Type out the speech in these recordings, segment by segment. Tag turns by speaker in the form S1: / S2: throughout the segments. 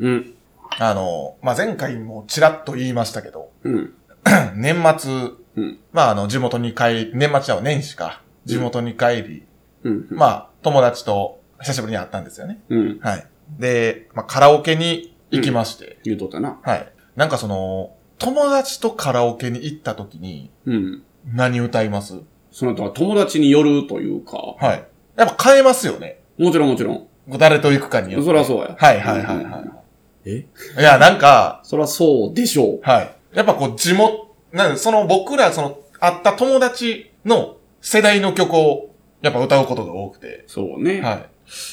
S1: うん。
S2: あの、まあ、前回もちらっと言いましたけど、
S1: うん。
S2: 年末、
S1: うん
S2: まあ、あの、地元に帰り、年末じゃない年始か、地元に帰り、
S1: うん。
S2: まあ、友達と久しぶりに会ったんですよね。
S1: うん。
S2: はい。で、まあ、カラオケに行きまして、
S1: 言うとったな。
S2: はい。なんかその、友達とカラオケに行った時に、
S1: うん。
S2: 何歌います
S1: その後は友達によるというか。
S2: はい。やっぱ変えますよね。
S1: もちろんもちろん。
S2: 誰と行くかによって。
S1: そらそうや。。
S2: はいはいはいはい
S1: え
S2: い。いや、なんか、
S1: そらそうでしょう。
S2: はい。やっぱこう、地元、なんでその僕ら、その、会った友達の世代の曲を、やっぱ歌うことが多くて、
S1: そうね。
S2: はい。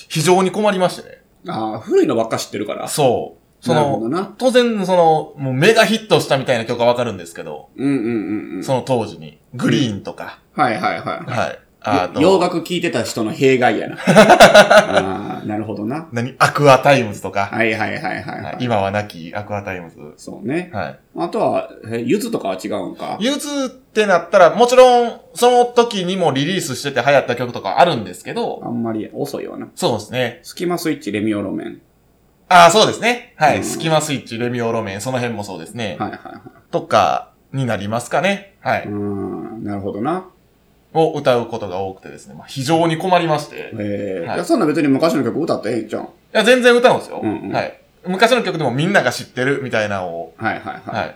S2: 非常に困りましてね。
S1: ああ、古いのばっか知ってるから。
S2: そう。そ
S1: なるほ
S2: の、
S1: どな。
S2: 当然、その、もうメガヒットしたみたいな曲はわかるんですけど、
S1: うんうんうんうん。
S2: その当時に。グリーンとか、
S1: はいはいは
S2: はい。あ
S1: い。
S2: と、
S1: 洋楽聴いてた人の弊害や な。ああ、なるほどな。
S2: 何アクアタイムズとか、
S1: はいはいはいはい、
S2: は
S1: はいい。
S2: 今はなきアクアタイムズ。
S1: そうね。
S2: はい。
S1: あとは、えゆずとかは違うんか。
S2: ゆずってなったら、もちろん、その時にもリリースしてて流行った曲とかあるんですけど、
S1: あんまり遅いわな。
S2: そうですね。
S1: スキマスイッチ、レミオロメン。
S2: ああ、そうですね。はい。
S1: うん
S2: スキマスイッチ、レミオロメン、その辺もそうですね。
S1: はいはいは。
S2: とか、になりますかね。はいい。
S1: うん、なるほどな。
S2: を歌うことが多くてですね。まあ、非常に困りまして。い
S1: ええ
S2: はい
S1: いや、そんな別に昔の曲歌ってええんじゃん。
S2: や、全然歌うんですよ。
S1: うんうん
S2: はい。昔の曲でもみんなが知ってるみたいなのを。
S1: はいはいはい。
S2: はい。い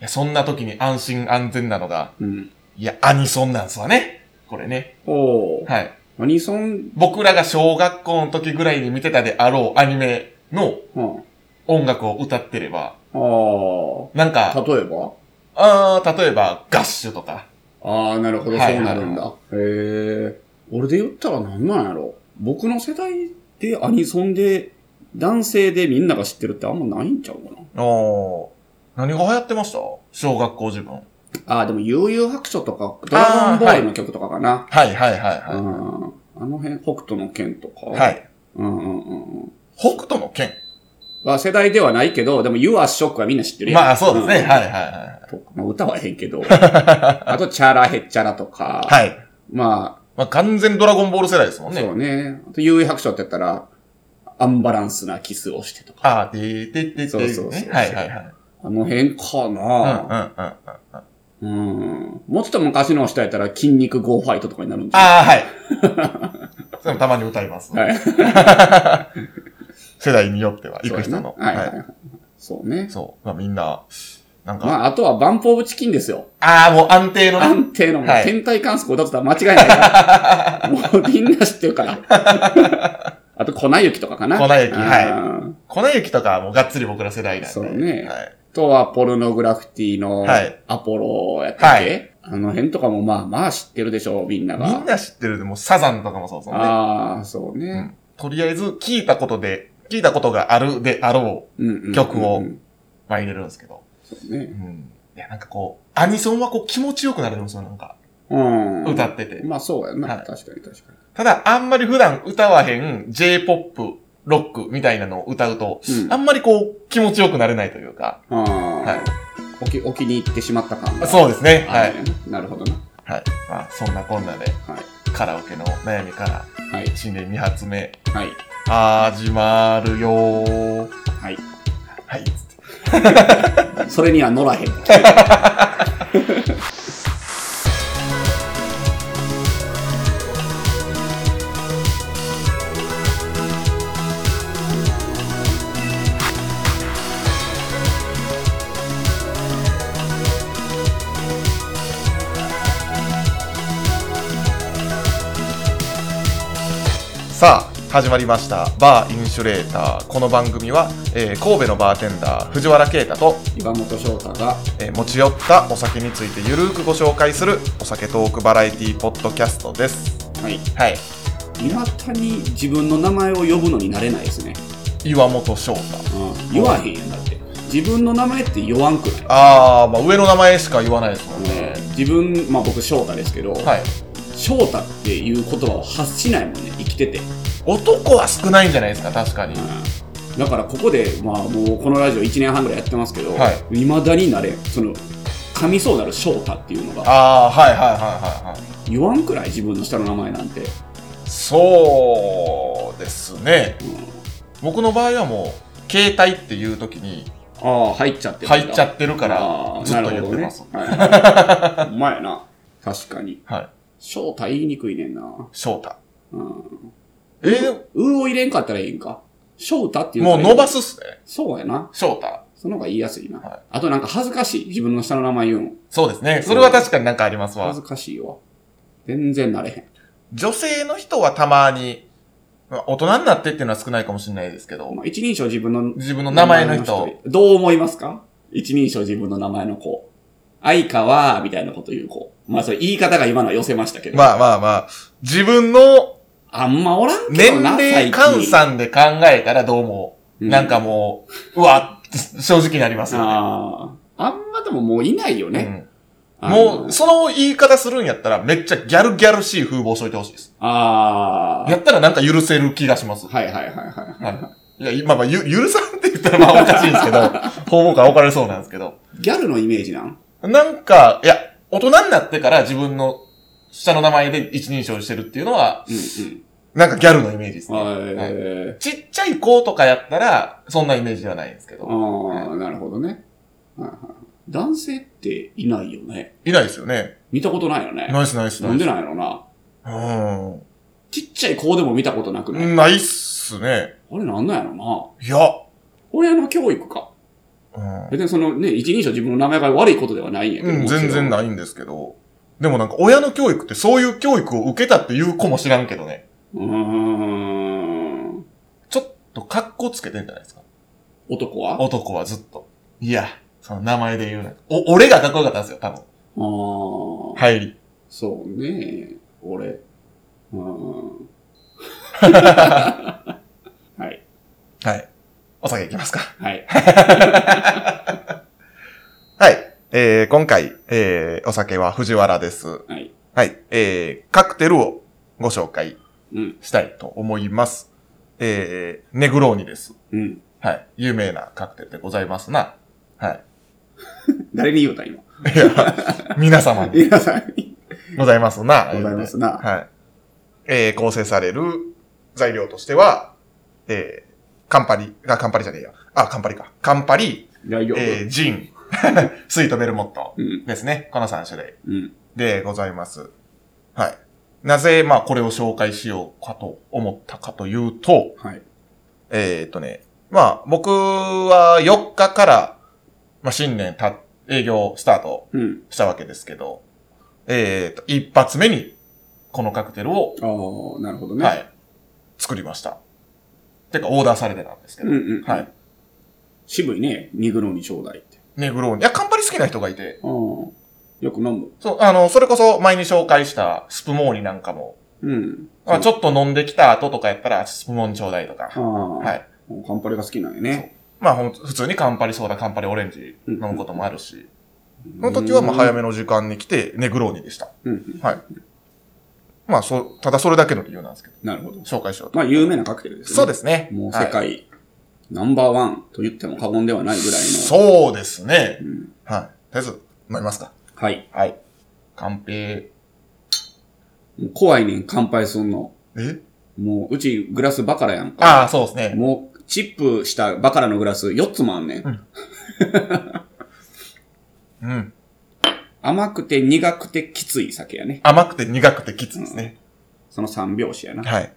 S2: や、そんな時に安心安全なのが、
S1: うん。
S2: いや、アニソンなんですわね。これね。
S1: おー。
S2: はい。
S1: アニソン、
S2: 僕らが小学校の時ぐらいに見てたであろうアニメの
S1: うん。
S2: 音楽を歌ってれば、
S1: あ
S2: なん
S1: あ、
S2: か、
S1: 例えば
S2: あー例えば、ガッシュとか、
S1: ああ、なるほど、
S2: はい
S1: そうなるんだ。へえ。俺で言ったら何なんやろ僕の世代でアニソンで、男性でみんなが知ってるってあんまないんちゃうかな。
S2: おー何が流行ってました小学校自分。はい
S1: ああ、でも悠々白書とか、ドラゴンボールの曲とかかな。
S2: はいはい
S1: うん
S2: は
S1: あの辺、北斗の剣とか。
S2: い。はい。
S1: うんうんうんうん。
S2: 北斗の剣。
S1: まあ世代ではないけど、でも You are Shock はみんな知ってるやん。
S2: まあそうですね。はい
S1: ん
S2: はいは
S1: とまあ歌はへん けど。あと、チャラヘッチャラとか。
S2: い。はい。
S1: ま
S2: まあ完全ドラゴンボール世代ですも
S1: あ、
S2: ん
S1: そ
S2: ね。
S1: うね。あと、悠々白書って言ったら、アンバランスなキスをしてとか。
S2: あー、てーてーてーて
S1: そうそ
S2: ー
S1: うそう
S2: ね。はいはいはい。
S1: あの辺かな
S2: うんうんうん。
S1: うん、もうちょっと昔の人やったら筋肉ゴーファイトとかになるんじゃん。
S2: ああ、はい。それもたまに歌い ます。
S1: はい。
S2: 世代によっては、行
S1: そう
S2: く
S1: や
S2: 人
S1: な
S2: の。
S1: はいはいはい。そうね。
S2: そう。まあみんな、なんか、
S1: まあ、あとはバンプオブチキンですよ。
S2: ああ、もう安定のね。
S1: 安定のもう
S2: はい
S1: 天体観測を歌ってたら間違いない から。もうみんな知ってるから。あと、粉雪とかかな。
S2: 粉雪はい
S1: あ
S2: 粉雪とかはもうがっつり僕ら世代なんで。
S1: そうね
S2: はい。
S1: ー。あとは、ポルノグラフィティの
S2: はい
S1: アポロやったっけ、
S2: は
S1: あの辺とかもまあまあ知ってるでしょう、みんなが。
S2: みんな知ってるで、もうサザンとかもそうそうね。
S1: ああ、そうね。
S2: とりあえず聞いたことで、聞いたことがあるであろ
S1: うんうんうんうん
S2: 曲をう、まあ入れるんですけど。
S1: そうね
S2: う。ん。いや、なんかこう、アニソンはこう気持ちよくなれるんですよ、なんか。
S1: うん。
S2: 歌ってて。
S1: まあそうやな。
S2: はい
S1: 確かに確か
S2: ただ、あんまり普段歌わへん J-POP、ロックみたいなのを歌うと、
S1: に。うん。
S2: あんまりこう、気持ちよくなれないというか。
S1: あー
S2: はい
S1: おき、お気に入ってしまった感が。う。
S2: そうですね。は
S1: はい
S2: い。。
S1: なるほどな。
S2: はい。まあ、そんなこんなで、
S1: は
S2: カラオケの悩みから、
S1: い。はい。
S2: 新年2発目、
S1: はい。
S2: 始まるよー。
S1: はい。
S2: はい。
S1: それには乗らへん。
S2: さあ、始まりました。バーインシュレーター。この番組は、えー神戸のバーテンダー、藤原啓太と、
S1: 岩本翔太が、
S2: えー持ち寄ったお酒についてゆるーくご紹介する、お酒トークバラエティポッドキャストです。
S1: はい。
S2: はい。
S1: いまだに自分の名前を呼ぶのになれないですね。
S2: 岩本翔太。
S1: うん。言わへんやん、だって。自分の名前って言わんくない。
S2: あー、まあ、上の名前しか言わないですもん
S1: ね
S2: ね。
S1: 自分、まあ僕翔太ですけど、
S2: はい。
S1: 翔太っていう言葉を発しないもんね、生きてて。
S2: 男は少ないんじゃないですか、確かに。
S1: だからここで、まあ、もうこのラジオ1年半ぐらいやってますけど、、
S2: はい
S1: まだになれんその噛みそうなる翔太っていうのが
S2: あー、はいはいはいはいはい。
S1: 言わんくらい自分の下の名前なんて、
S2: そうですね。僕の場合はもう、携帯っていう時に
S1: ああ、入っちゃってるんだ
S2: 入っちゃってるから
S1: あ、ー
S2: ずっと言ってます。
S1: なるほどね。はい ほんまやな。確かに。
S2: はい。
S1: 正体言いにくいねんな。
S2: 翔太。
S1: うん。
S2: えー
S1: うを入れんかったらいいんか。翔太っていう
S2: もう伸ば
S1: す。
S2: すっすね。
S1: そうやな。
S2: 翔太。
S1: その方が言いやすいな。
S2: はい
S1: あとなんか恥ずかしい。自分の下の名前言うの。
S2: そうですね。それは確かになんかありますわ
S1: 恥。ずかしいわ。全然なれへん。
S2: 女性の人はたまに、まあ大人になってっていうのは少ないかもしれないですけど、
S1: まあ、一人称自分の
S2: 自分の名前の人、。
S1: どう思いますか一人称自分の名前の子。相川みたいなこと言う子。まあそれ言い方が今のは寄せましたけど。
S2: まあまあまあ、自分の
S1: あんまおらんけ
S2: 年
S1: どな、
S2: 齢換算で考えたらどうも、なんかもう、うわ、正直になりますよね。
S1: ああ。あんまでももういないよね。
S2: うん
S1: あの
S2: もう、その言い方するんやったら、めっちゃギャルギャルしい風貌しといてほしいです。
S1: ああ。
S2: やったらなんか許せる気がします。
S1: はいはいはいはい。
S2: いや、まあまあ、ゆ、許さんって言ったらまあおかしいんですけ ど、方向から怒られそうなんですけど。
S1: ギャルのイメージなん
S2: なんか、いや、大人になってから自分の下の名前で一人称してるっていうのは、
S1: うんうん。
S2: なんかギャルのイメージですね。
S1: え
S2: ちっちゃい子とかやったら、そんなイメージではないんですけ
S1: ー、
S2: ど。
S1: ああ、なるほどね。はいはい男性っていないよね。
S2: いないですよね。
S1: 見たことないよね。
S2: ナイスナイス
S1: な
S2: ナ
S1: ん
S2: イス。
S1: でなんやろな。
S2: うん。
S1: ちっちゃい子でも見たことなくない、
S2: ないっすね。
S1: あれなんなんやろな。
S2: いや、
S1: 親の教育か。
S2: うん。
S1: 別にそのね、一人称自分の名前が悪いことではないんやけど。
S2: うん、
S1: もちろ
S2: 全然
S1: な。
S2: ないんですけど。でもなんか親の教育ってそういう教育を受けたっていう子も知らんけどね。
S1: うーん。
S2: ちょっと格好つけてんじゃないですか。
S1: 男はあ
S2: 男はずっと。いや、その名前で言うな。お、俺がかっこよかったんですよ、多分。
S1: あー。
S2: 入り。
S1: そうね。俺。うーん。 はい。
S2: はい。お酒いきますか。
S1: はい。
S2: はい。えー、今回、えー、お酒は藤原です。
S1: はい。
S2: はい。えー、カクテルをご紹介
S1: うん。
S2: したいと思います。えー、ネグローニです。
S1: うん。
S2: はい。有名なカクテルでございますな。はい。
S1: 誰に言うた今。
S2: いや、皆様に
S1: 皆さんに
S2: ございますな。
S1: ございますな。
S2: はい。えー、構成される材料としては、えー、カンパリ、あ、カンパリじゃねえや。あ、カンパリか。カンパリ、
S1: 大丈夫。
S2: えー、ジン、 スイートベルモット
S1: うん。
S2: ですね。この3種類
S1: うん。
S2: でございます。はい。なぜ、まあ、これを紹介しようかと思ったかというと、
S1: はい。
S2: えー、っとね、まあ、僕は4日から、まあ、新年た、営業スタート
S1: うん。
S2: したわけですけど、えー、っと、一発目に、このカクテルを
S1: ああ、なるほどね。
S2: は。い。作りました。てか、オーダーされてたんですけ
S1: う
S2: ど。
S1: んうん。
S2: はい。
S1: 渋いね。ニグロにちょうだいって。
S2: ネグローニ。いや、カンパリ好きな人がいて。
S1: うん。よく飲む。
S2: そう、あの、それこそ前に紹介したスプモーニなんかも、
S1: うん。
S2: あちょっと飲んできた後とかやったら、スプモーニちょうだいと
S1: あ
S2: か。
S1: あ。。
S2: はいい。
S1: カンパレが好きなんやね。
S2: まあ、ほん普通にカンパリソーダ、カンパリオレンジ飲むこともあるし。その時は、まあ、早
S1: め。
S2: めの時間に来て、ネグローニでした。
S1: うん。
S2: まあ、そう、ただそれだけの理由なんですけど、
S1: なるほど。
S2: 紹介しようと。
S1: まあ、有名なカクテルですね。。
S2: そうですすね。
S1: もう世
S2: はい
S1: 界ナンバーワンと言っても過言ではないぐらいの。
S2: そうですね
S1: う。ん。
S2: はい。とりあえず、飲みますか。
S1: はい。
S2: はい。乾杯。
S1: もう怖いねん、乾杯すんの。
S2: え
S1: もう、うちグラスバカラやんか。
S2: ああ、そうですね。
S1: もう、チップしたバカラのグラス4つもあんねん。
S2: うん。
S1: 甘くて苦くてきつい酒やね。
S2: 甘くて苦くてきつですね。
S1: その三拍子やな。
S2: はい。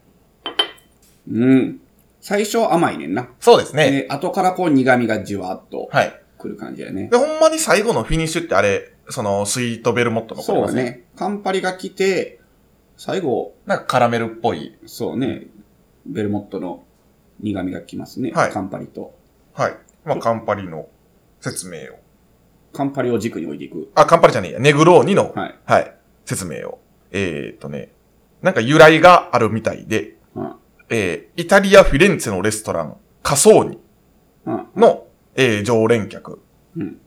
S1: うん。最初甘いねんな。
S2: そうですね。
S1: で、後からこう苦味がじわっと
S2: はい。
S1: くる感じやね。
S2: で、ほんまに最後のフィニッシュってあれ、その、スイートベルモットの
S1: そうだ
S2: です。
S1: ね。カンパリが来て、最後、
S2: なんかカラメルっぽい。
S1: そうね、ベルモットの苦味が来ますね。
S2: はい
S1: カンパリと。
S2: はい。まあ、カンパリの説明を。
S1: カンパリを軸に置いていく。
S2: あ、カンパリじゃねえや。ネグローニの、
S1: はい。
S2: はい、説明を。えーっとね、なんか由来があるみたいで、
S1: うん。
S2: えー、イタリア・フィレンツェのレストラン、カソーニ
S1: うん。
S2: の、えー、常連客、
S1: うん。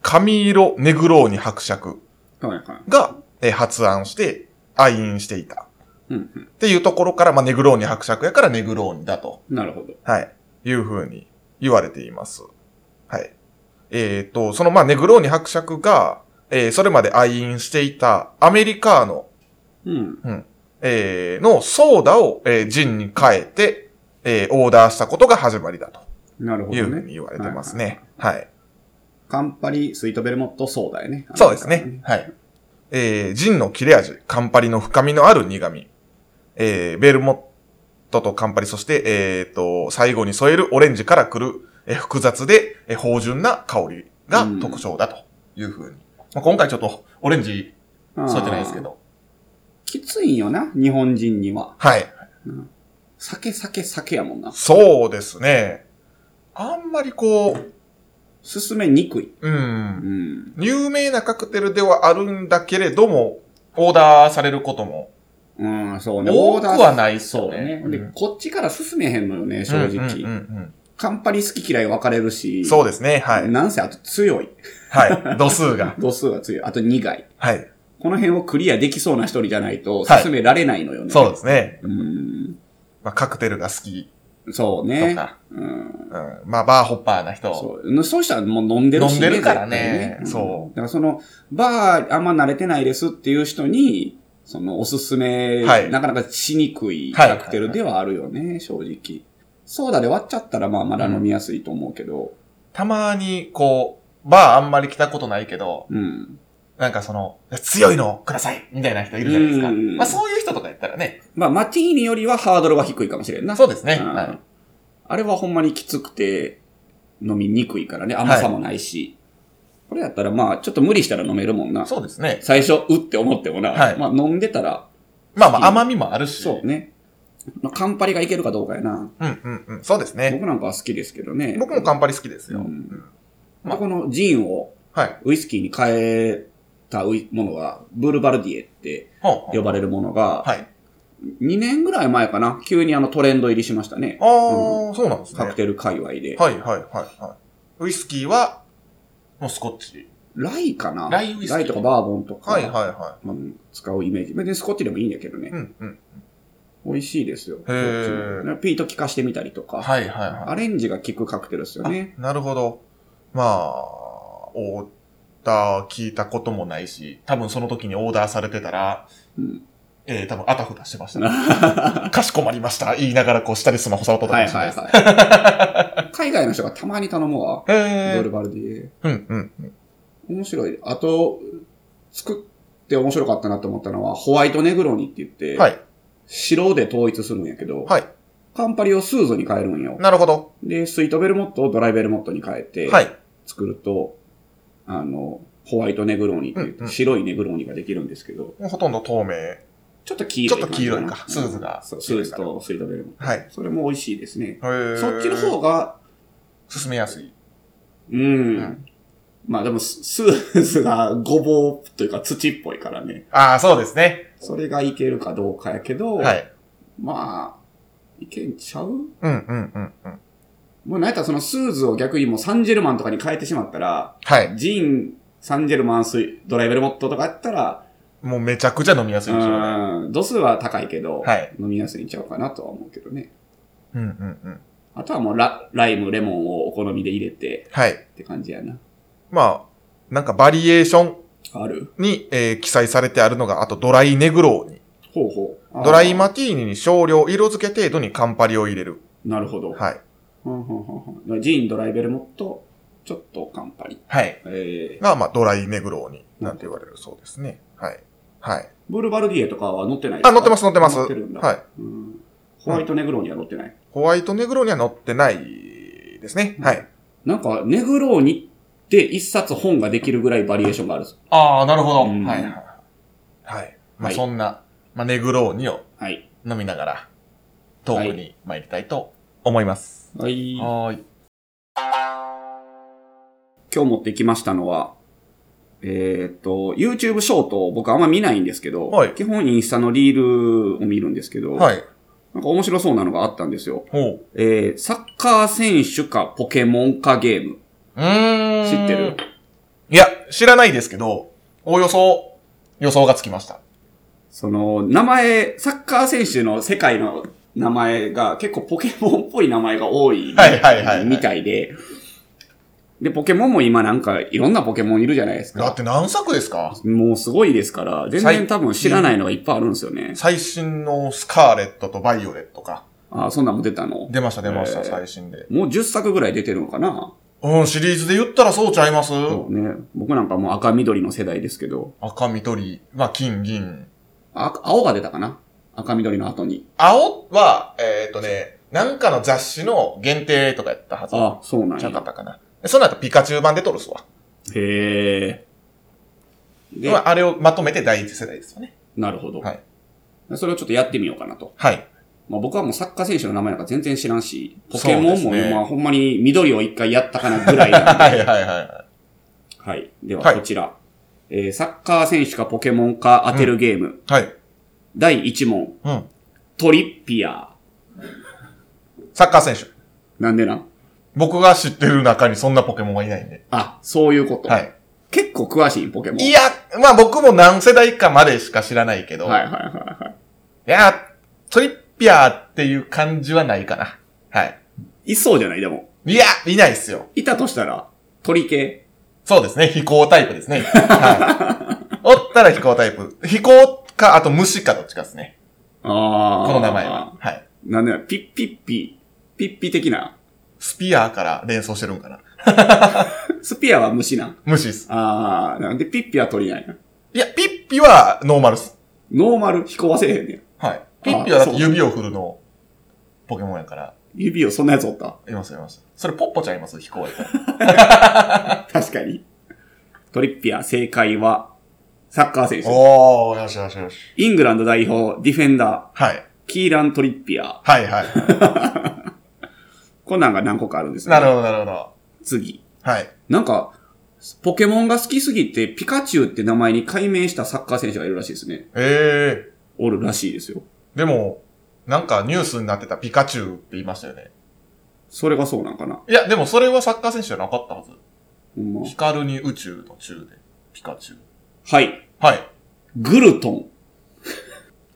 S2: カミーロ・ネグローニ伯爵
S1: はいはい。
S2: が、えー発案して、愛飲していた。
S1: うん。うん
S2: っていうところから、まあ、ネグローニ伯爵やからネグローニだと、
S1: なるほど。
S2: はい、いうふうに言われています。はい。えっ、と、その、まあ、ネグローニ伯爵が、えーそれまで愛飲していたアメリカーノ、
S1: うん。
S2: えーのソーダを、えージンに変えて、えーオーダーしたことが始まりだと。
S1: なるほ
S2: いう
S1: ど
S2: ふう
S1: ね。
S2: に言われてますね。はい。
S1: カンパリ、スイートベルモット、そうだよね。
S2: そうですね。。はい。えー、ジンの切れ味、カンパリの深みのある苦味。えー、ベルモットとカンパリ、そして、えー、と、最後に添えるオレンジから来る、えー複雑で、えー芳醇な香りが
S1: うん
S2: 特徴だというふうに。まあ、今回ちょっと、オレンジ
S1: あー
S2: 添えてないですけ。ど。
S1: きついんよな、日本人には。
S2: はい。
S1: 酒、酒、酒やもんな。
S2: そうですね。あんまりこう、
S1: 進めにくい。
S2: う、
S1: うんん。
S2: 有名なカクテルではあるんだけれども、オーダーされることも
S1: うん、そうね。
S2: 多くはないっす
S1: そ
S2: よ
S1: う
S2: ね
S1: ね。で
S2: うん、
S1: こっちから進めへんのよね、正
S2: うんうんう
S1: 直。
S2: ん
S1: カンパリ好き嫌い分かれる
S2: うん
S1: し。
S2: そうですね。はい。
S1: なんせ、あと強い。
S2: はい。度数が。
S1: 度数が強い。あと苦い。
S2: はい。
S1: この辺をクリアできそうな人じゃないと
S2: はい
S1: 進められないのよね。
S2: そうですね。
S1: うん。
S2: まあ、カクテルが好き
S1: そう
S2: と
S1: ね。
S2: か、
S1: うん。
S2: うん、まあ、バーホッパーな人。
S1: そう。そうしたらもう飲んでるし、
S2: 飲んでるからね
S1: 絶対ん
S2: そう
S1: だからその、バーあんま慣れてないですっていう人に、その、おすすめ、
S2: はい
S1: なかなかしにくい
S2: はい
S1: カクテルではあるよね、正直。ソーダで割っちゃったら、まあ、まだ飲みやすいと思うけど、
S2: たまに、こう、バーあんまり来たことないけど、
S1: うん。
S2: なんかその、強いのくださいみたいな人いるじゃないですか。
S1: うん
S2: まあ、そういう人とかやったらね。
S1: まあ、マティーニよりはハードルは低いかもしれんな。
S2: そうですね。
S1: うん
S2: はい。
S1: あれはほんまにきつくて、飲みにくいからね、甘さもないし。これやったらまあ、ちょっと無理したら飲めるもんな。
S2: そうですね。
S1: 最初、うって思ってもな、
S2: はい
S1: まあ飲んでたら、
S2: まあまあ、甘みもあるし。
S1: そうね。まあ、カンパリがいけるかどうかやな。
S2: うんうんうん。そうですね。
S1: 僕なんかは好きですけどね。
S2: 僕もカンパリ好きですよ。
S1: うん
S2: うん
S1: まあ、このジンを
S2: はい。
S1: ウイスキーに変えたウイものが、ブルバルディエって
S2: ほうほう
S1: 呼ばれるものが、
S2: はい。
S1: 2年ぐらい前かな、急にあのトレンド入りしましたね
S2: あ。あ、そうなんですね。
S1: カクテル界隈で。
S2: はいはいはいはい。ウイスキーは、もうスコッチ。
S1: ライかな
S2: ライウイスキー
S1: とかバーボンとか。
S2: はいはいは
S1: まあ、使うイメージ。別にスコッチでもいいんだけどね。
S2: い。うんうん。
S1: 美味しいですよ。
S2: ー
S1: ピート効かしてみたりと
S2: は
S1: か、
S2: いはいは
S1: アレンジが効くカクテルですよね。
S2: い。なるほど。まあ、オーダー聞いたこともないし、多分その時にオーダーされてたら、
S1: うん
S2: えー、多分あたふたしてました、 ね。かしこまりました。言いながらこう下でスマホ触ったとか
S1: はい
S2: もしれな
S1: はいい
S2: です。
S1: は い。海外の人がたまに頼むわ。
S2: へ
S1: ド
S2: ー
S1: ルバルディエ。
S2: うんうん。
S1: 面白い。あと、作って面白かったなと思ったのは、ホワイトネグロニって言って、
S2: はい。
S1: 白で統一するんやけど、
S2: はい。
S1: カンパリをスーズに変えるんよ。
S2: なるほど。
S1: で、スイートベルモットをドライベルモットに変えて、
S2: はい。
S1: 作ると、あの、ホワイトネグローニって言
S2: う
S1: っ
S2: んう
S1: て、
S2: ん
S1: 白いネグローニができるんですけど、
S2: ほとんど透明。
S1: ちょっと黄色い
S2: ちょ
S1: 感じな。
S2: っと黄色いかスーズが
S1: そうスーズとスイートベルも。
S2: はい。へ
S1: それも美味しいですね。
S2: ー
S1: そっちの方が、
S2: 進めやすい。
S1: うん。
S2: うん
S1: まあでも、ススーズがごぼうというか土っぽいからね。
S2: ああ、そうですね。
S1: それがいけるかどうかやけど、
S2: はい。
S1: まあ、いけんちゃう
S2: うんうんうんうん。
S1: もうなんやったらそのスーズを逆にもうサンジェルマンとかに変えてしまったら、
S2: はい。
S1: ジン、サンジェルマンスイ、ドライベルモットとかやったら、
S2: もうめちゃくちゃ飲みやすいでしょうね。
S1: うん度数は高いけど、
S2: はい
S1: 飲みやすいんちゃうかなとは思うけどね。
S2: うんうんうん。
S1: あとはもうラライム、レモンをお好みで入れて
S2: はい。
S1: って感じやな。
S2: まあ、なんかバリエーション
S1: ある
S2: に、えー記載されてあるのが、あとドライネグローに。
S1: ほうほう。あー
S2: ドライマティーニに少量色付け程度にカンパリを入れる。
S1: なるほど。
S2: はい。
S1: ほんほんほんほんだからジン、ドライベルモット、ちょっとカンパリ。
S2: はい。
S1: えー、
S2: が、まあ、ドライネグローに、なんて言われるそうですね。はい。はい。
S1: ブルバルディエとかは乗ってないですか
S2: あ、乗ってます、乗ってます。
S1: 乗ってるんだ。
S2: はい。
S1: うんホワイトネグローニは乗ってない。
S2: ホワイトネグローには乗ってないですね。はい。
S1: なんか、ネグローニって一冊本ができるぐらいバリエーションがあるんです。
S2: ああ、なるほど
S1: うん
S2: はいはいはい。はい。ま
S1: は
S2: あ、
S1: い
S2: そんな、まあ、ネグローにを
S1: はい。
S2: 飲みながら、トークに参りたいと思います。
S1: はい今
S2: はーい。
S1: 日持ってきましたのは、えーっと、YouTube ショートを僕あんま見ないんですけど、
S2: はい
S1: 基本インスタのリールを見るんですけど、
S2: はい。
S1: なんか面白そうなのがあったんですよ。
S2: ほう。
S1: えー、サッカー選手かポケモンかゲーム。
S2: うーん。
S1: 知ってる
S2: いや、知らないですけど、おおよそ、予想がつきました。
S1: その、名前、サッカー選手の世界の名前が結構ポケモンっぽい名前が多い
S2: はいはいはいはい
S1: みたいで、で、ポケモンも今なんかいろんなポケモンいるじゃないです
S2: だっ
S1: か。
S2: て何作ですか
S1: もうすごいですから、全
S2: 最
S1: 然多分知らないのがいっぱいあるんですよね。
S2: 最新のスカーレットとバイオレットか。
S1: あ、そんなんも出たの。
S2: 出ました、出ました、
S1: えー
S2: 最新で。
S1: もう10作ぐらい出てるのかな、
S2: うん、シリーズで言ったらそうちゃいます
S1: そうね。僕なんかもう赤緑の世代ですけど、
S2: 赤、緑、まあ、金、銀。
S1: あ青が出たかな赤緑の後に。
S2: 青は、えっ、とね、なんかの雑誌の限定とかやったはず。
S1: あ、そうなん
S2: ちゃうかっ
S1: や。
S2: たかな。でその後ピカチュウ版で撮るっすわ。
S1: へえ。で、
S2: まああれをまとめて第一世代ですよね。
S1: なるほど、
S2: はい
S1: それをちょっとやってみようかなと。
S2: はい。
S1: まあ、僕はもうサッカー選手の名前なんか全然知らんし、ポケモン
S2: そう
S1: も、
S2: ですね
S1: まあほんまに緑を一回やったかなぐらいなん で
S2: はいはいはい。
S1: はい。で
S2: は
S1: は、
S2: い
S1: こちら、えーサッカー選手かポケモンか当てるゲーム、
S2: はい。
S1: 第1問、
S2: うん。
S1: トリッピア
S2: サッカー選手。
S1: ー。なんでなん
S2: 僕が知ってる中にそんなポケモンはいないんで。
S1: あ、そういうこと。
S2: はい。
S1: 結構詳しい、ポケモン。
S2: いや、まあ僕も何世代かまでしか知らないけど。
S1: は
S2: い。
S1: いはいはいはい
S2: や、トリッピアーっていう感じはないかな。はい。
S1: い。いそうじゃない、でも。
S2: いや、いないっすよ。
S1: いたとしたら、鳥系。
S2: そうですね。飛行タイプですね。 はい。おったら飛行タイプ。飛行か、あと虫かどっちかですね。
S1: ああ。
S2: この名前は。。はい。
S1: なんでなんピッピッピ、ピッピ的な。
S2: スピアーから連想してるんかな。
S1: スピアは虫なん。
S2: 虫です。
S1: ああ、なんでピッピは鳥なんや。
S2: いや、ピッピはノーマルっす。
S1: ノーマル飛行はせえへんねん。
S2: はい。ピッピはだって指を振るの、ポケモンやから。
S1: 指をそんなやつおった。
S2: いますいます。それポッポちゃんいます飛行やから。
S1: 確かに。トリッピア、正解は、サッカー選手。
S2: おー、よしよしよし。
S1: イングランド代表、ディフェンダ
S2: はい。
S1: ー、キーラン・トリッピア。
S2: はいはい。
S1: こんなんが何個かあるんですね。
S2: なるほど、なるほど。
S1: 次。
S2: はい。
S1: なんか、ポケモンが好きすぎて、ピカチュウって名前に改名したサッカー選手がいるらしいですね。
S2: え
S1: おるらしいですよ。
S2: ー。でも、なんかニュースになってたピカチュウって言いましたよね。
S1: それがそうなんかな。
S2: いや、でもそれはサッカー選手じゃなかったはず。
S1: ほんま。
S2: 光に宇宙の宙で、ピカチュウ。
S1: はい。
S2: はい。
S1: グルトン。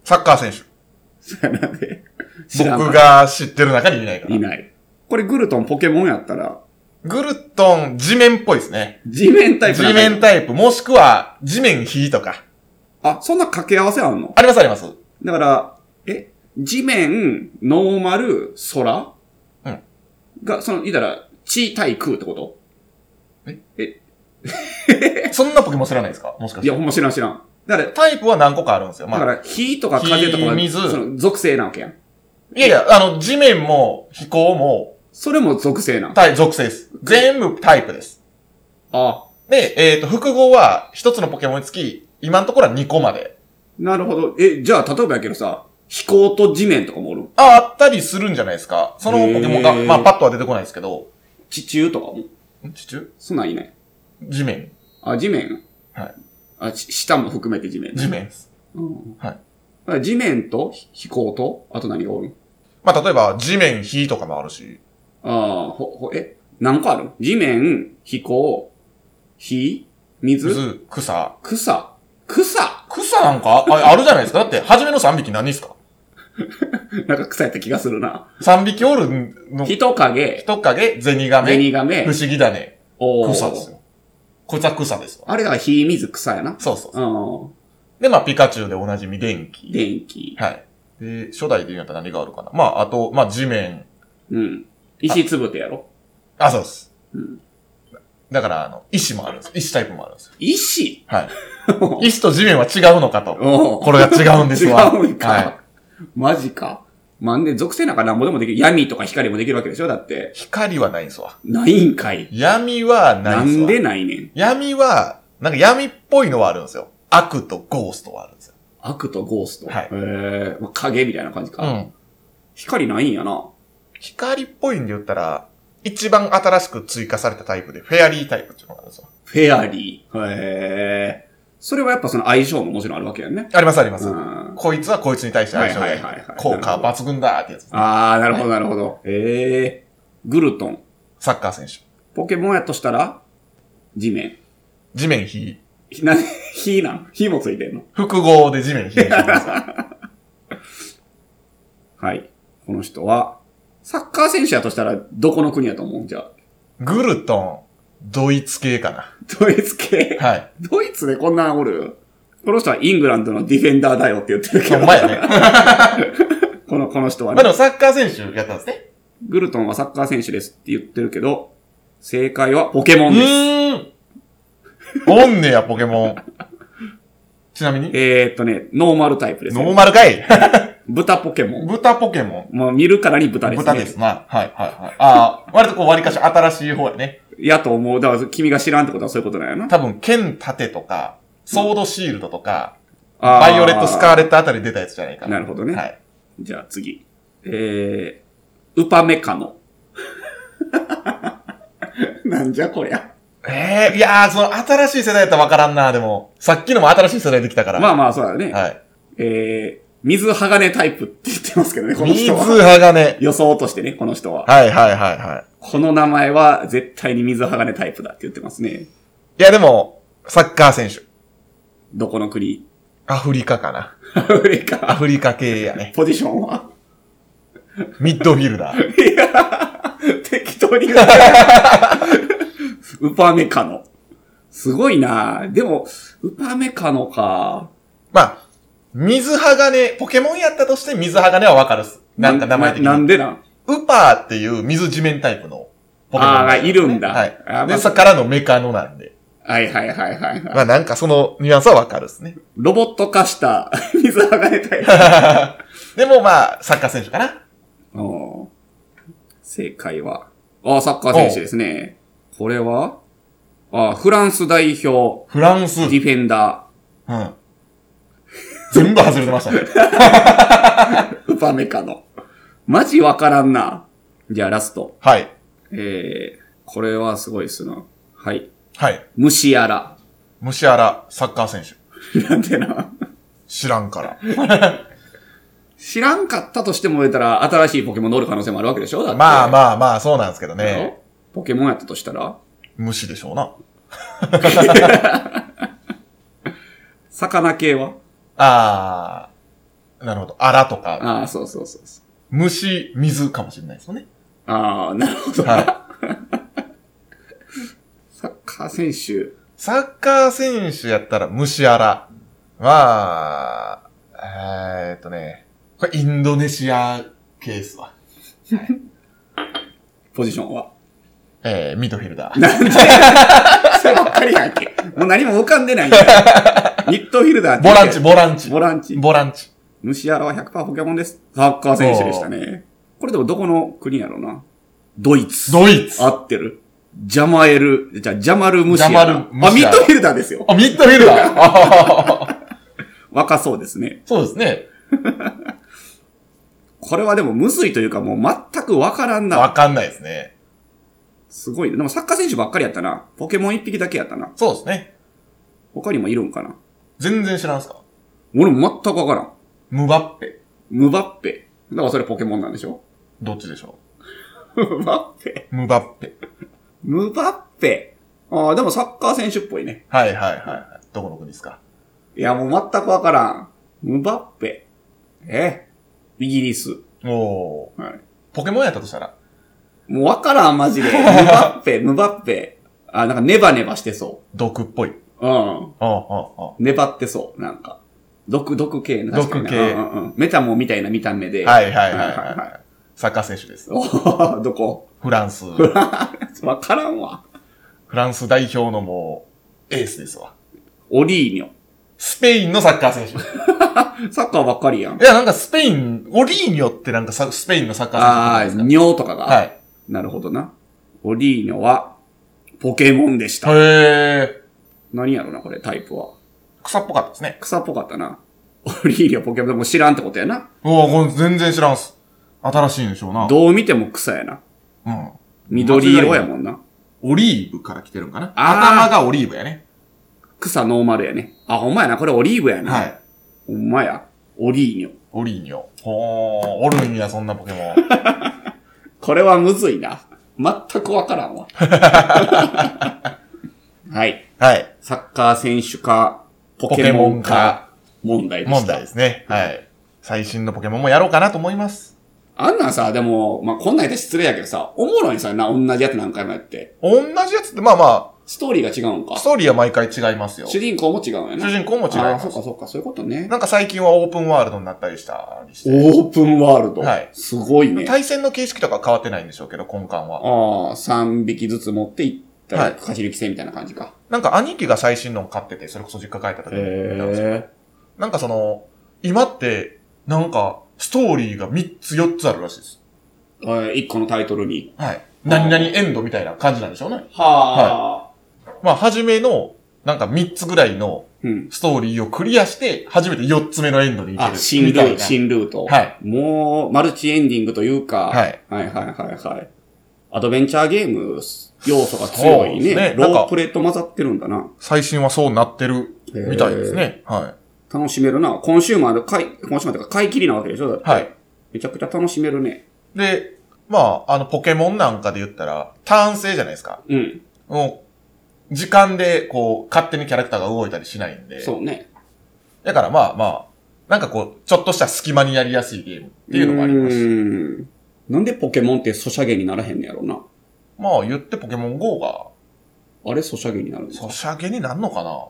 S2: サッカー選手。
S1: なんで知らん
S2: 僕が知ってる中にいないか
S1: い
S2: ら。
S1: ない。これグルトンポケモンやったら、
S2: グルトン、地面っぽいですね。
S1: 地面タイプな
S2: 地
S1: んか
S2: 面タイプ、もしくは、地面火とか。
S1: あ、そんな掛け合わせあんの
S2: ありますあります。
S1: だから、え、地面、ノーマル、空
S2: うん
S1: が、その、言ったら、地対空ってこと
S2: そんなポケモン知らないですかもしか
S1: い
S2: し
S1: や、
S2: て。
S1: ほんま知らん知らん。だから、
S2: タイプは何個かあるんですよ。ま
S1: だか
S2: あ、
S1: ら、火とか風とかは
S2: 火水
S1: その属性なわけやん。
S2: いやいや、あの、地面も飛行も、
S1: それも属性なん。
S2: タイ属性です。全部タイプです。
S1: あ、
S2: で、えっ、と、複合は、一つのポケモンにつき、今のところは2個まで。
S1: なるほど。え、じゃあ、例えばやけどさ、飛行と地面とかもおる
S2: あ、あったりするんじゃないですか。そのポケモンが、
S1: へー
S2: まあ、パッとは出てこないですけど。
S1: 地中とかも
S2: ん地中
S1: そんなんいない。
S2: 地面
S1: あ、地面
S2: はい。
S1: あ、ち下も含めて地面。
S2: 地面です。
S1: うん。
S2: はい
S1: だから地面とひ飛行と、あと何がおる
S2: まあ、例えば、地面、火とかもあるし。
S1: ああ、ほ、ほ、え何個ある地面、飛行、火、水、
S2: 水、草。
S1: 草。草
S2: 草なんか、あ あるじゃないですか。だって、初めの3匹何ですか
S1: なんか草やった気がするな。
S2: ?3 匹おるの、
S1: 人影、
S2: 人影、ゼニガ
S1: ゼ
S2: メ、
S1: ニガメ
S2: 不、思議だね。
S1: おー
S2: 草ですよ。こいつは草ですわ。
S1: あれだから火、水、草やな。
S2: そうそうそう。
S1: うん。
S2: で、まあ、ピカチュウでおなじみ、電気。
S1: 電気。
S2: はい。で、初代で言うんやったら何があるかな。まあ、あと、まあ、地面。
S1: うん。石つぶてやろ。
S2: あ、そうです。
S1: うん
S2: だから、あの、石もあるんです。石タイプもあるんですよ。
S1: 石
S2: はい。石と地面は違うのかと。
S1: お
S2: これが違うんですわ。
S1: 違うんか。
S2: はい。
S1: マジか。まあね、属性なんかなんぼでもできる。闇とか光もできるわけでしょだって。
S2: 光はないんですわ。
S1: ないんかい。
S2: 闇はな
S1: ない
S2: んですわ。
S1: んでないねん。
S2: 闇は、なんか闇っぽいのはあるんですよ。悪とゴーストはあるんですよ。
S1: 悪とゴースト。
S2: はい
S1: えーまあ影みたいな感じか。
S2: うん。
S1: 光ないんやな。
S2: 光っぽいんで言ったら、一番新しく追加されたタイプで、フェアリータイプっていうのがあるんですよ。
S1: フェアリー。へえ。それはやっぱその相性ももちろんあるわけやんね。
S2: ありますあります。
S1: うん。
S2: こいつはこいつに対して相性がいい
S1: はいはいはいは。い
S2: 効果は抜群だーってやつ。
S1: あー、なるほどなるほど。ええ。グルトン。
S2: サッカー選手。
S1: ポケモンやとしたら、地面。
S2: 地面火。
S1: ひな、火なん火もついてんの
S2: 複合で地面火。
S1: はい。この人は、サッカー選手やとしたら、どこの国やと思うんじゃあ。
S2: グルトン、ドイツ系かな。
S1: ドイツ系
S2: はい。
S1: ドイツでこんなんおるこの人はイングランドのディフェンダーだよって言ってるけ
S2: ほ
S1: ど
S2: ん。まやね。
S1: この、この人は
S2: まあで
S1: ね。
S2: もサッカー選手やったんですね。
S1: グルトンはサッカー選手ですって言ってるけど、正解はポケモ
S2: う
S1: ンです。
S2: ーん。おんねや、ポケモン。ちなみに、
S1: えー、っとね、ノーマルタイプです、
S2: ノー
S1: ね。
S2: マルかい
S1: 豚ポケモン。
S2: 豚ポケモン。
S1: まあ、見るからに豚ですね。
S2: 豚ですな。はい、はい、はい。ああ、割とこう、割かし新しい方やね。
S1: やと思う。だから、君が知らんってことはそういうことなんやな。
S2: 多分、剣盾とか、ソードシールドとか、
S1: あー
S2: バイオレットスカーレットあたり出たやつじゃないかな。
S1: なるほどね。
S2: はい。
S1: じゃあ次。えー、ウパメカノ。 なんじゃこりゃ。
S2: ええいやー、その新しい世代やったらわからんな、でも。さっきのも新しい世代できたから。
S1: まあまあ、そうだね。
S2: はい。
S1: えー、水鋼タイプって言ってますけどね、この
S2: 水
S1: 人は。
S2: 鋼。
S1: 予想としてね、この人は。
S2: はいはいはいはい。
S1: この名前は絶対に水鋼タイプだって言ってますね。
S2: いやでも、サッカー選手。
S1: どこの国
S2: アフリカかな。
S1: アフリ
S2: ア
S1: カ。
S2: フリカ系や ね。
S1: ポジションは
S2: ミッドフィルダー。
S1: いや、適当に言う て。ウパメカノ。すごいなでも、ウパメカノか。
S2: まあ、水鋼、ポケモンやったとして水鋼はわかるっす。なんか名前的
S1: なな
S2: に。
S1: んでなん
S2: ウパーっていう水地面タイプのポケモン
S1: ああ、
S2: なんです
S1: い
S2: よね。
S1: るんだ。あ
S2: は
S1: ー
S2: い。
S1: ま
S2: で、
S1: あ
S2: さからのメカノなんで。
S1: はいはいはいはいはい。
S2: まあなんかそのニュアンスはわかるっすね。
S1: ロボット化した水鋼タイプ。
S2: でもまあ、サッカー選手かな。
S1: おー正解は、ああ、サッカー選手ですね。これは、あーフランス代表、
S2: フランス。
S1: ディフェンダ
S2: うん。全部外れてましたね。
S1: ー、ウパメカの。マジわからんな。じゃあラスト。
S2: はい。
S1: えー、これはすごいっすな。はい。
S2: はい。
S1: 虫やら。
S2: 虫原、サッカー選手。
S1: なんでな。
S2: 知らんから。
S1: 知らんかったとしても言えたら、新しいポケモン乗る可能性もあるわけでしょだって
S2: まあまあまあ、そうなんですけど
S1: だ
S2: ね。
S1: ろポケモンやったとしたら、
S2: 虫でしょうな。
S1: 魚系は
S2: あー、なるほど。アラとか、
S1: ああ、そうそうそうそう。
S2: 虫、水かもしれないですよね。
S1: ああ、なるほど。
S2: は
S1: サッカー選手。
S2: い。サッカー選手やったら虫原は、えーっとね、これインドネシアケースは。
S1: ポジションは。
S2: えー、ミッドフィルダー。
S1: なんでそればっかりやんけ。もう何も浮かんでないんやミッドフィルダーっ て
S2: ボ
S1: 言う
S2: ラ
S1: け
S2: ン
S1: ど
S2: チ、ボランチ。
S1: ボランチ。
S2: ボランチ。
S1: 虫やらは100%ポケモンです。サッカー選手でしたね。これでもどこの国やろうな。ドイツ。
S2: ドイツ。
S1: 合ってる。ジャマエル、じゃあ、ジャマル・ムシアラ。
S2: ジャマルムシアラ
S1: あ、ミッドフィルダーですよ。
S2: あ、ミッドフィルダー。 あー
S1: 若そうですね。
S2: そうですね。
S1: これはでもむずいというかもう全くわからん
S2: わ
S1: な。
S2: かんないですね。
S1: すごいね。でもサッカー選手ばっかりやったな。ポケモン一匹だけやったな。
S2: そうですね。
S1: 他にもいるんかな。
S2: 全然知らんすか
S1: 俺も全くわからん。
S2: ムバッペ。
S1: ムバッペ。だからそれポケモンなんでしょ
S2: どっちでしょ
S1: ムバッペ。
S2: うムバッペ。
S1: ムバッペ。ああ、でもサッカー選手っぽいね。
S2: はいはいはいはい。どこの国ですか
S1: いや、もう全くわからん。ムバッペ。えイギリス。
S2: おおー。
S1: はい。
S2: ポケモンやったとしたら。
S1: もうわからん、マジで。ムバッ ペ、ムバッペ。あ、なんかネバネバしてそ
S2: 毒っぽい。
S1: う。うん。
S2: ああ、あ
S1: 粘ってそう、なんか。毒、毒系の。確かに
S2: 毒系
S1: うんうんうんメタモンみたいな見た目で。
S2: あ。はいはいはい
S1: はいはいは
S2: はい。サッカー選手です。
S1: おーどこ
S2: フランス。
S1: わからんわ。
S2: フランス代表のもう、エースですわ。
S1: オリーニョ。
S2: スペインのサッカー選手。い
S1: サッカーばっかりやん。
S2: や、なんかスペイン、オリーニョってなんかさスペインのサッカー
S1: あ
S2: 選
S1: あ、
S2: 手じゃないで
S1: 尿とかが。
S2: すか。はい。
S1: なるほどな。オリーニョは、ポケモンでした。
S2: へえ。
S1: 何やろな、これ、タイプは。
S2: 草っぽかったですね。
S1: 草っぽかったな。オリーニョ、ポケモンでも知らんってことやな。
S2: おお、これ全然知らんっす。新しいんでしょうな。
S1: どう見ても草やな。
S2: うん。
S1: 緑色やもんな。
S2: オリーブから来てるんかな
S1: あー
S2: 頭がオリーブやね。
S1: 草ノーマルやね。あ、ほんまやな。これオリーブやな。
S2: はい。
S1: ほんまや。オリーニョ。
S2: オリーニョ。ほー、おるんや、そんなポケモン。
S1: これはむずいな。全くわから んわ。はい。
S2: はい。
S1: サッカー選手か、ポケモンか、問題でした。
S2: 問題ですね。はい。最新のポケモンもやろうかなと思います。
S1: あんなんさ、でも、まあ、こんなんやったら失礼やけどさ、おもろいさ、な、同じやつ何回もやって。
S2: 同じやつって、まあま
S1: ストーリーが違うん
S2: あ、
S1: か
S2: ス。トーリーは毎回違いますよ。
S1: 主
S2: 主
S1: 人公も違うんやな。
S2: 人公も違い
S1: あ
S2: ま
S1: あ、
S2: す
S1: そう。かそうか、そういうことね。
S2: なんか最近はオープンワールドになったりしたりして。
S1: オープンワールド。
S2: はい
S1: すごいね。
S2: 対戦の形式とか変わってないんでしょうけど、根幹は。
S1: ああ、3匹ずつ持っていった
S2: は
S1: ら、
S2: い
S1: 貸し抜き制みたいな感じか。
S2: なんか兄貴が最新のを買ってて、それこそ実家帰った時に見たんですよ。
S1: へ
S2: なんかその、今って、なんか、ストーリーが3つ4つあるらしいです。
S1: え。1個のタイトルに。
S2: はい。何々エンドみたいな感じなんでしょうね。
S1: はあ。
S2: まあ、初めの、なんか3つぐらいの
S1: うん。
S2: ストーリーをクリアして、初めて4つ目のエンドに行け
S1: あ、
S2: る。
S1: 新
S2: み
S1: ル
S2: た
S1: ー
S2: い
S1: ト、
S2: な
S1: 新ルート。
S2: はい。
S1: もう、マルチエンディングというか、
S2: はい。
S1: はいはいはいはい。アドベンチャーゲーム要素が強い
S2: そうで
S1: ね。
S2: すね
S1: ロ
S2: なんか
S1: ープレと混ざってるんだな。
S2: 最新はそうなってるみたいですね。は
S1: 楽しめるな。コンシューマーの買い、コンシューマーというか買い切りなわけでしょだって
S2: い。はい。
S1: めちゃくちゃ楽しめるね。
S2: で、まあ、あの、ポケモンなんかで言ったら、ターン制じゃないですか。
S1: うん。
S2: もう、時間で、こう、勝手にキャラクターが動いたりしないんで。
S1: そうね。
S2: だからまあまあ、なんかこう、ちょっとした隙間にやりやすいゲームっていうのもありますし。
S1: す。なんでポケモンってソシャゲにならへんのやろうな。
S2: まあ、言ってポケモン GO が、
S1: あれソシャゲになるんですか
S2: ソシャゲになんのかな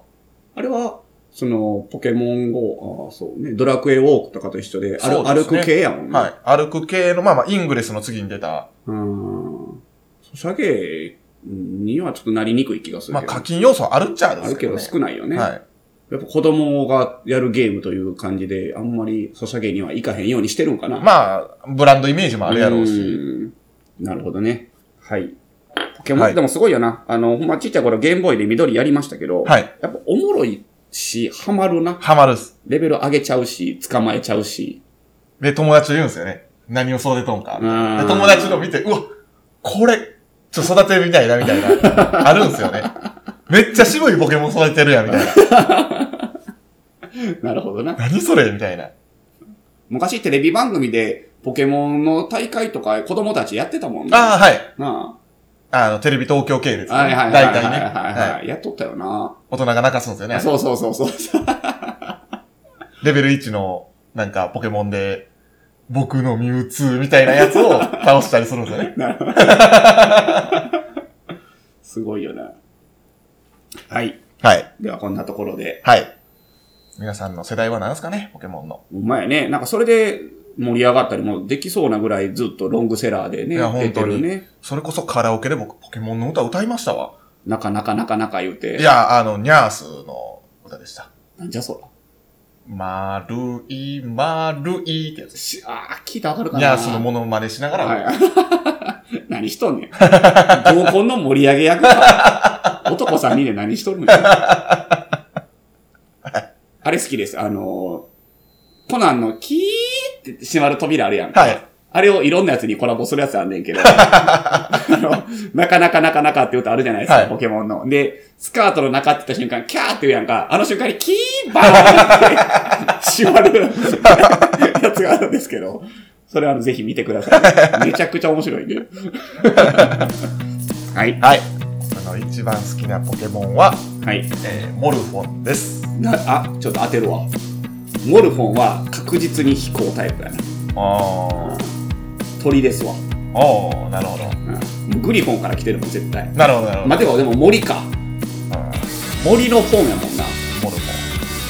S1: あれは、その、ポケモン GO、ああ、そうね。ドラクエウォークとかと一緒で、ある
S2: そうで
S1: 歩
S2: すね
S1: く系やもんね。
S2: はい。歩く系の、まあまあ、イングレスの次に出た、
S1: うん。ソシャゲにはちょっとなりにくい気がする
S2: まあ、
S1: けど。
S2: 課金要素あるっちゃあるんで
S1: あ
S2: す
S1: る
S2: け
S1: け
S2: ど、
S1: ど
S2: ね。
S1: 少ないよね。
S2: はい。
S1: やっぱ子供がやるゲームという感じで、あんまりソシャゲにはいかへんようにしてるんかな。
S2: まあ、ブランドイメージもあるやろうし。
S1: し。なるほどね。はい。ポケモン、
S2: はい
S1: でもすごいよな。あの、ほんまちっちゃい頃ゲームボーイで緑やりましたけど、
S2: はい。
S1: やっぱおもろいし、ハマるな。
S2: ハマるっす。
S1: レベル上げちゃうし、捕まえちゃうし。
S2: で、友達と言うんですよね。何をそうでとんか。
S1: う
S2: で、
S1: ん
S2: 友達の見て、うわ、これ、ちょっと育ててみたいな、みたい な。あるんですよね。めっちゃ渋いポケモン育ててるやん、みたいな。
S1: なるほどな。
S2: 何それみたいな。
S1: 昔テレビ番組でポケモンの大会とか子供たちやってたもんな。
S2: ああ、はい。
S1: な
S2: あの、テレビ東京系列、ね。
S1: あ。はいはいはい
S2: 大
S1: はい
S2: 体
S1: は
S2: ね。
S1: いはい、
S2: はい。
S1: やっとったよな。
S2: 大人が泣かすんですよね。
S1: そうそうそうそう。
S2: レベル1の、なんか、ポケモンで、僕のミュウツーみたいなやつを倒したりするんですよ ね。
S1: すごいよな。はい。
S2: はい。
S1: ではこんなところで。
S2: はい。皆さんの世代は何ですかねポケモンの。
S1: うまいね。なんかそれで盛り上がったりもできそうなぐらいずっとロングセラーでね
S2: いや、
S1: 出てるね。
S2: それこそカラオケで僕、ポケモンの歌歌いましたわ。
S1: なかなかなかなか言うて。
S2: い。や、あの、ニャースの歌でした。
S1: なんじゃそら。
S2: 丸い、丸いってやつ。ニ
S1: しあー、聞いたらわかるかな。
S2: ャースのモノマネしながら、
S1: はい。 何しとんねん。合コンの盛り上げ役か 男さんにで何しと るのよ。あれ好きです。あのー、コナンのキーって閉まる扉あるやんか。
S2: はい
S1: あれをいろんなやつにコラボするやつあんね んけど。あの、なかなかなかなかって歌あるじゃないですか、
S2: はい
S1: ポケモンの。で、スカートの中って言った瞬間、キャーって言うやんか。あの瞬間にキーバーンって閉まるやつがあるんですけど。それはあのぜひ見てください。めちゃくちゃ面白いんで。はい。
S2: はい。あの、一番好きなポケモンは、
S1: はい。
S2: えー、モルフォンです。
S1: な、あ、ちょっと当てるわ。モルフォンは確実に飛行タイプやな。
S2: あー。
S1: 鳥ですわ。
S2: おー、なるほど。
S1: うん、グリフォンから来てるもん、絶対。
S2: なるほど、なるほど。
S1: まあ、でも、でも森か。
S2: うん
S1: 森のフォンやもんな。
S2: モルフ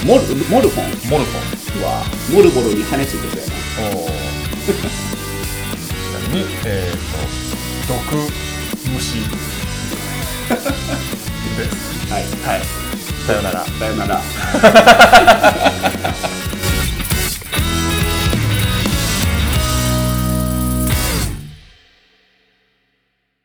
S2: ォ
S1: モル、モルフォン
S2: ン。モルフォ
S1: は、モルボルに跳ねついてるよ
S2: ン。
S1: な。
S2: おー。 ちなみに、えっ、と、毒虫。です。
S1: はい。
S2: はい。さよなら。
S1: さよなら。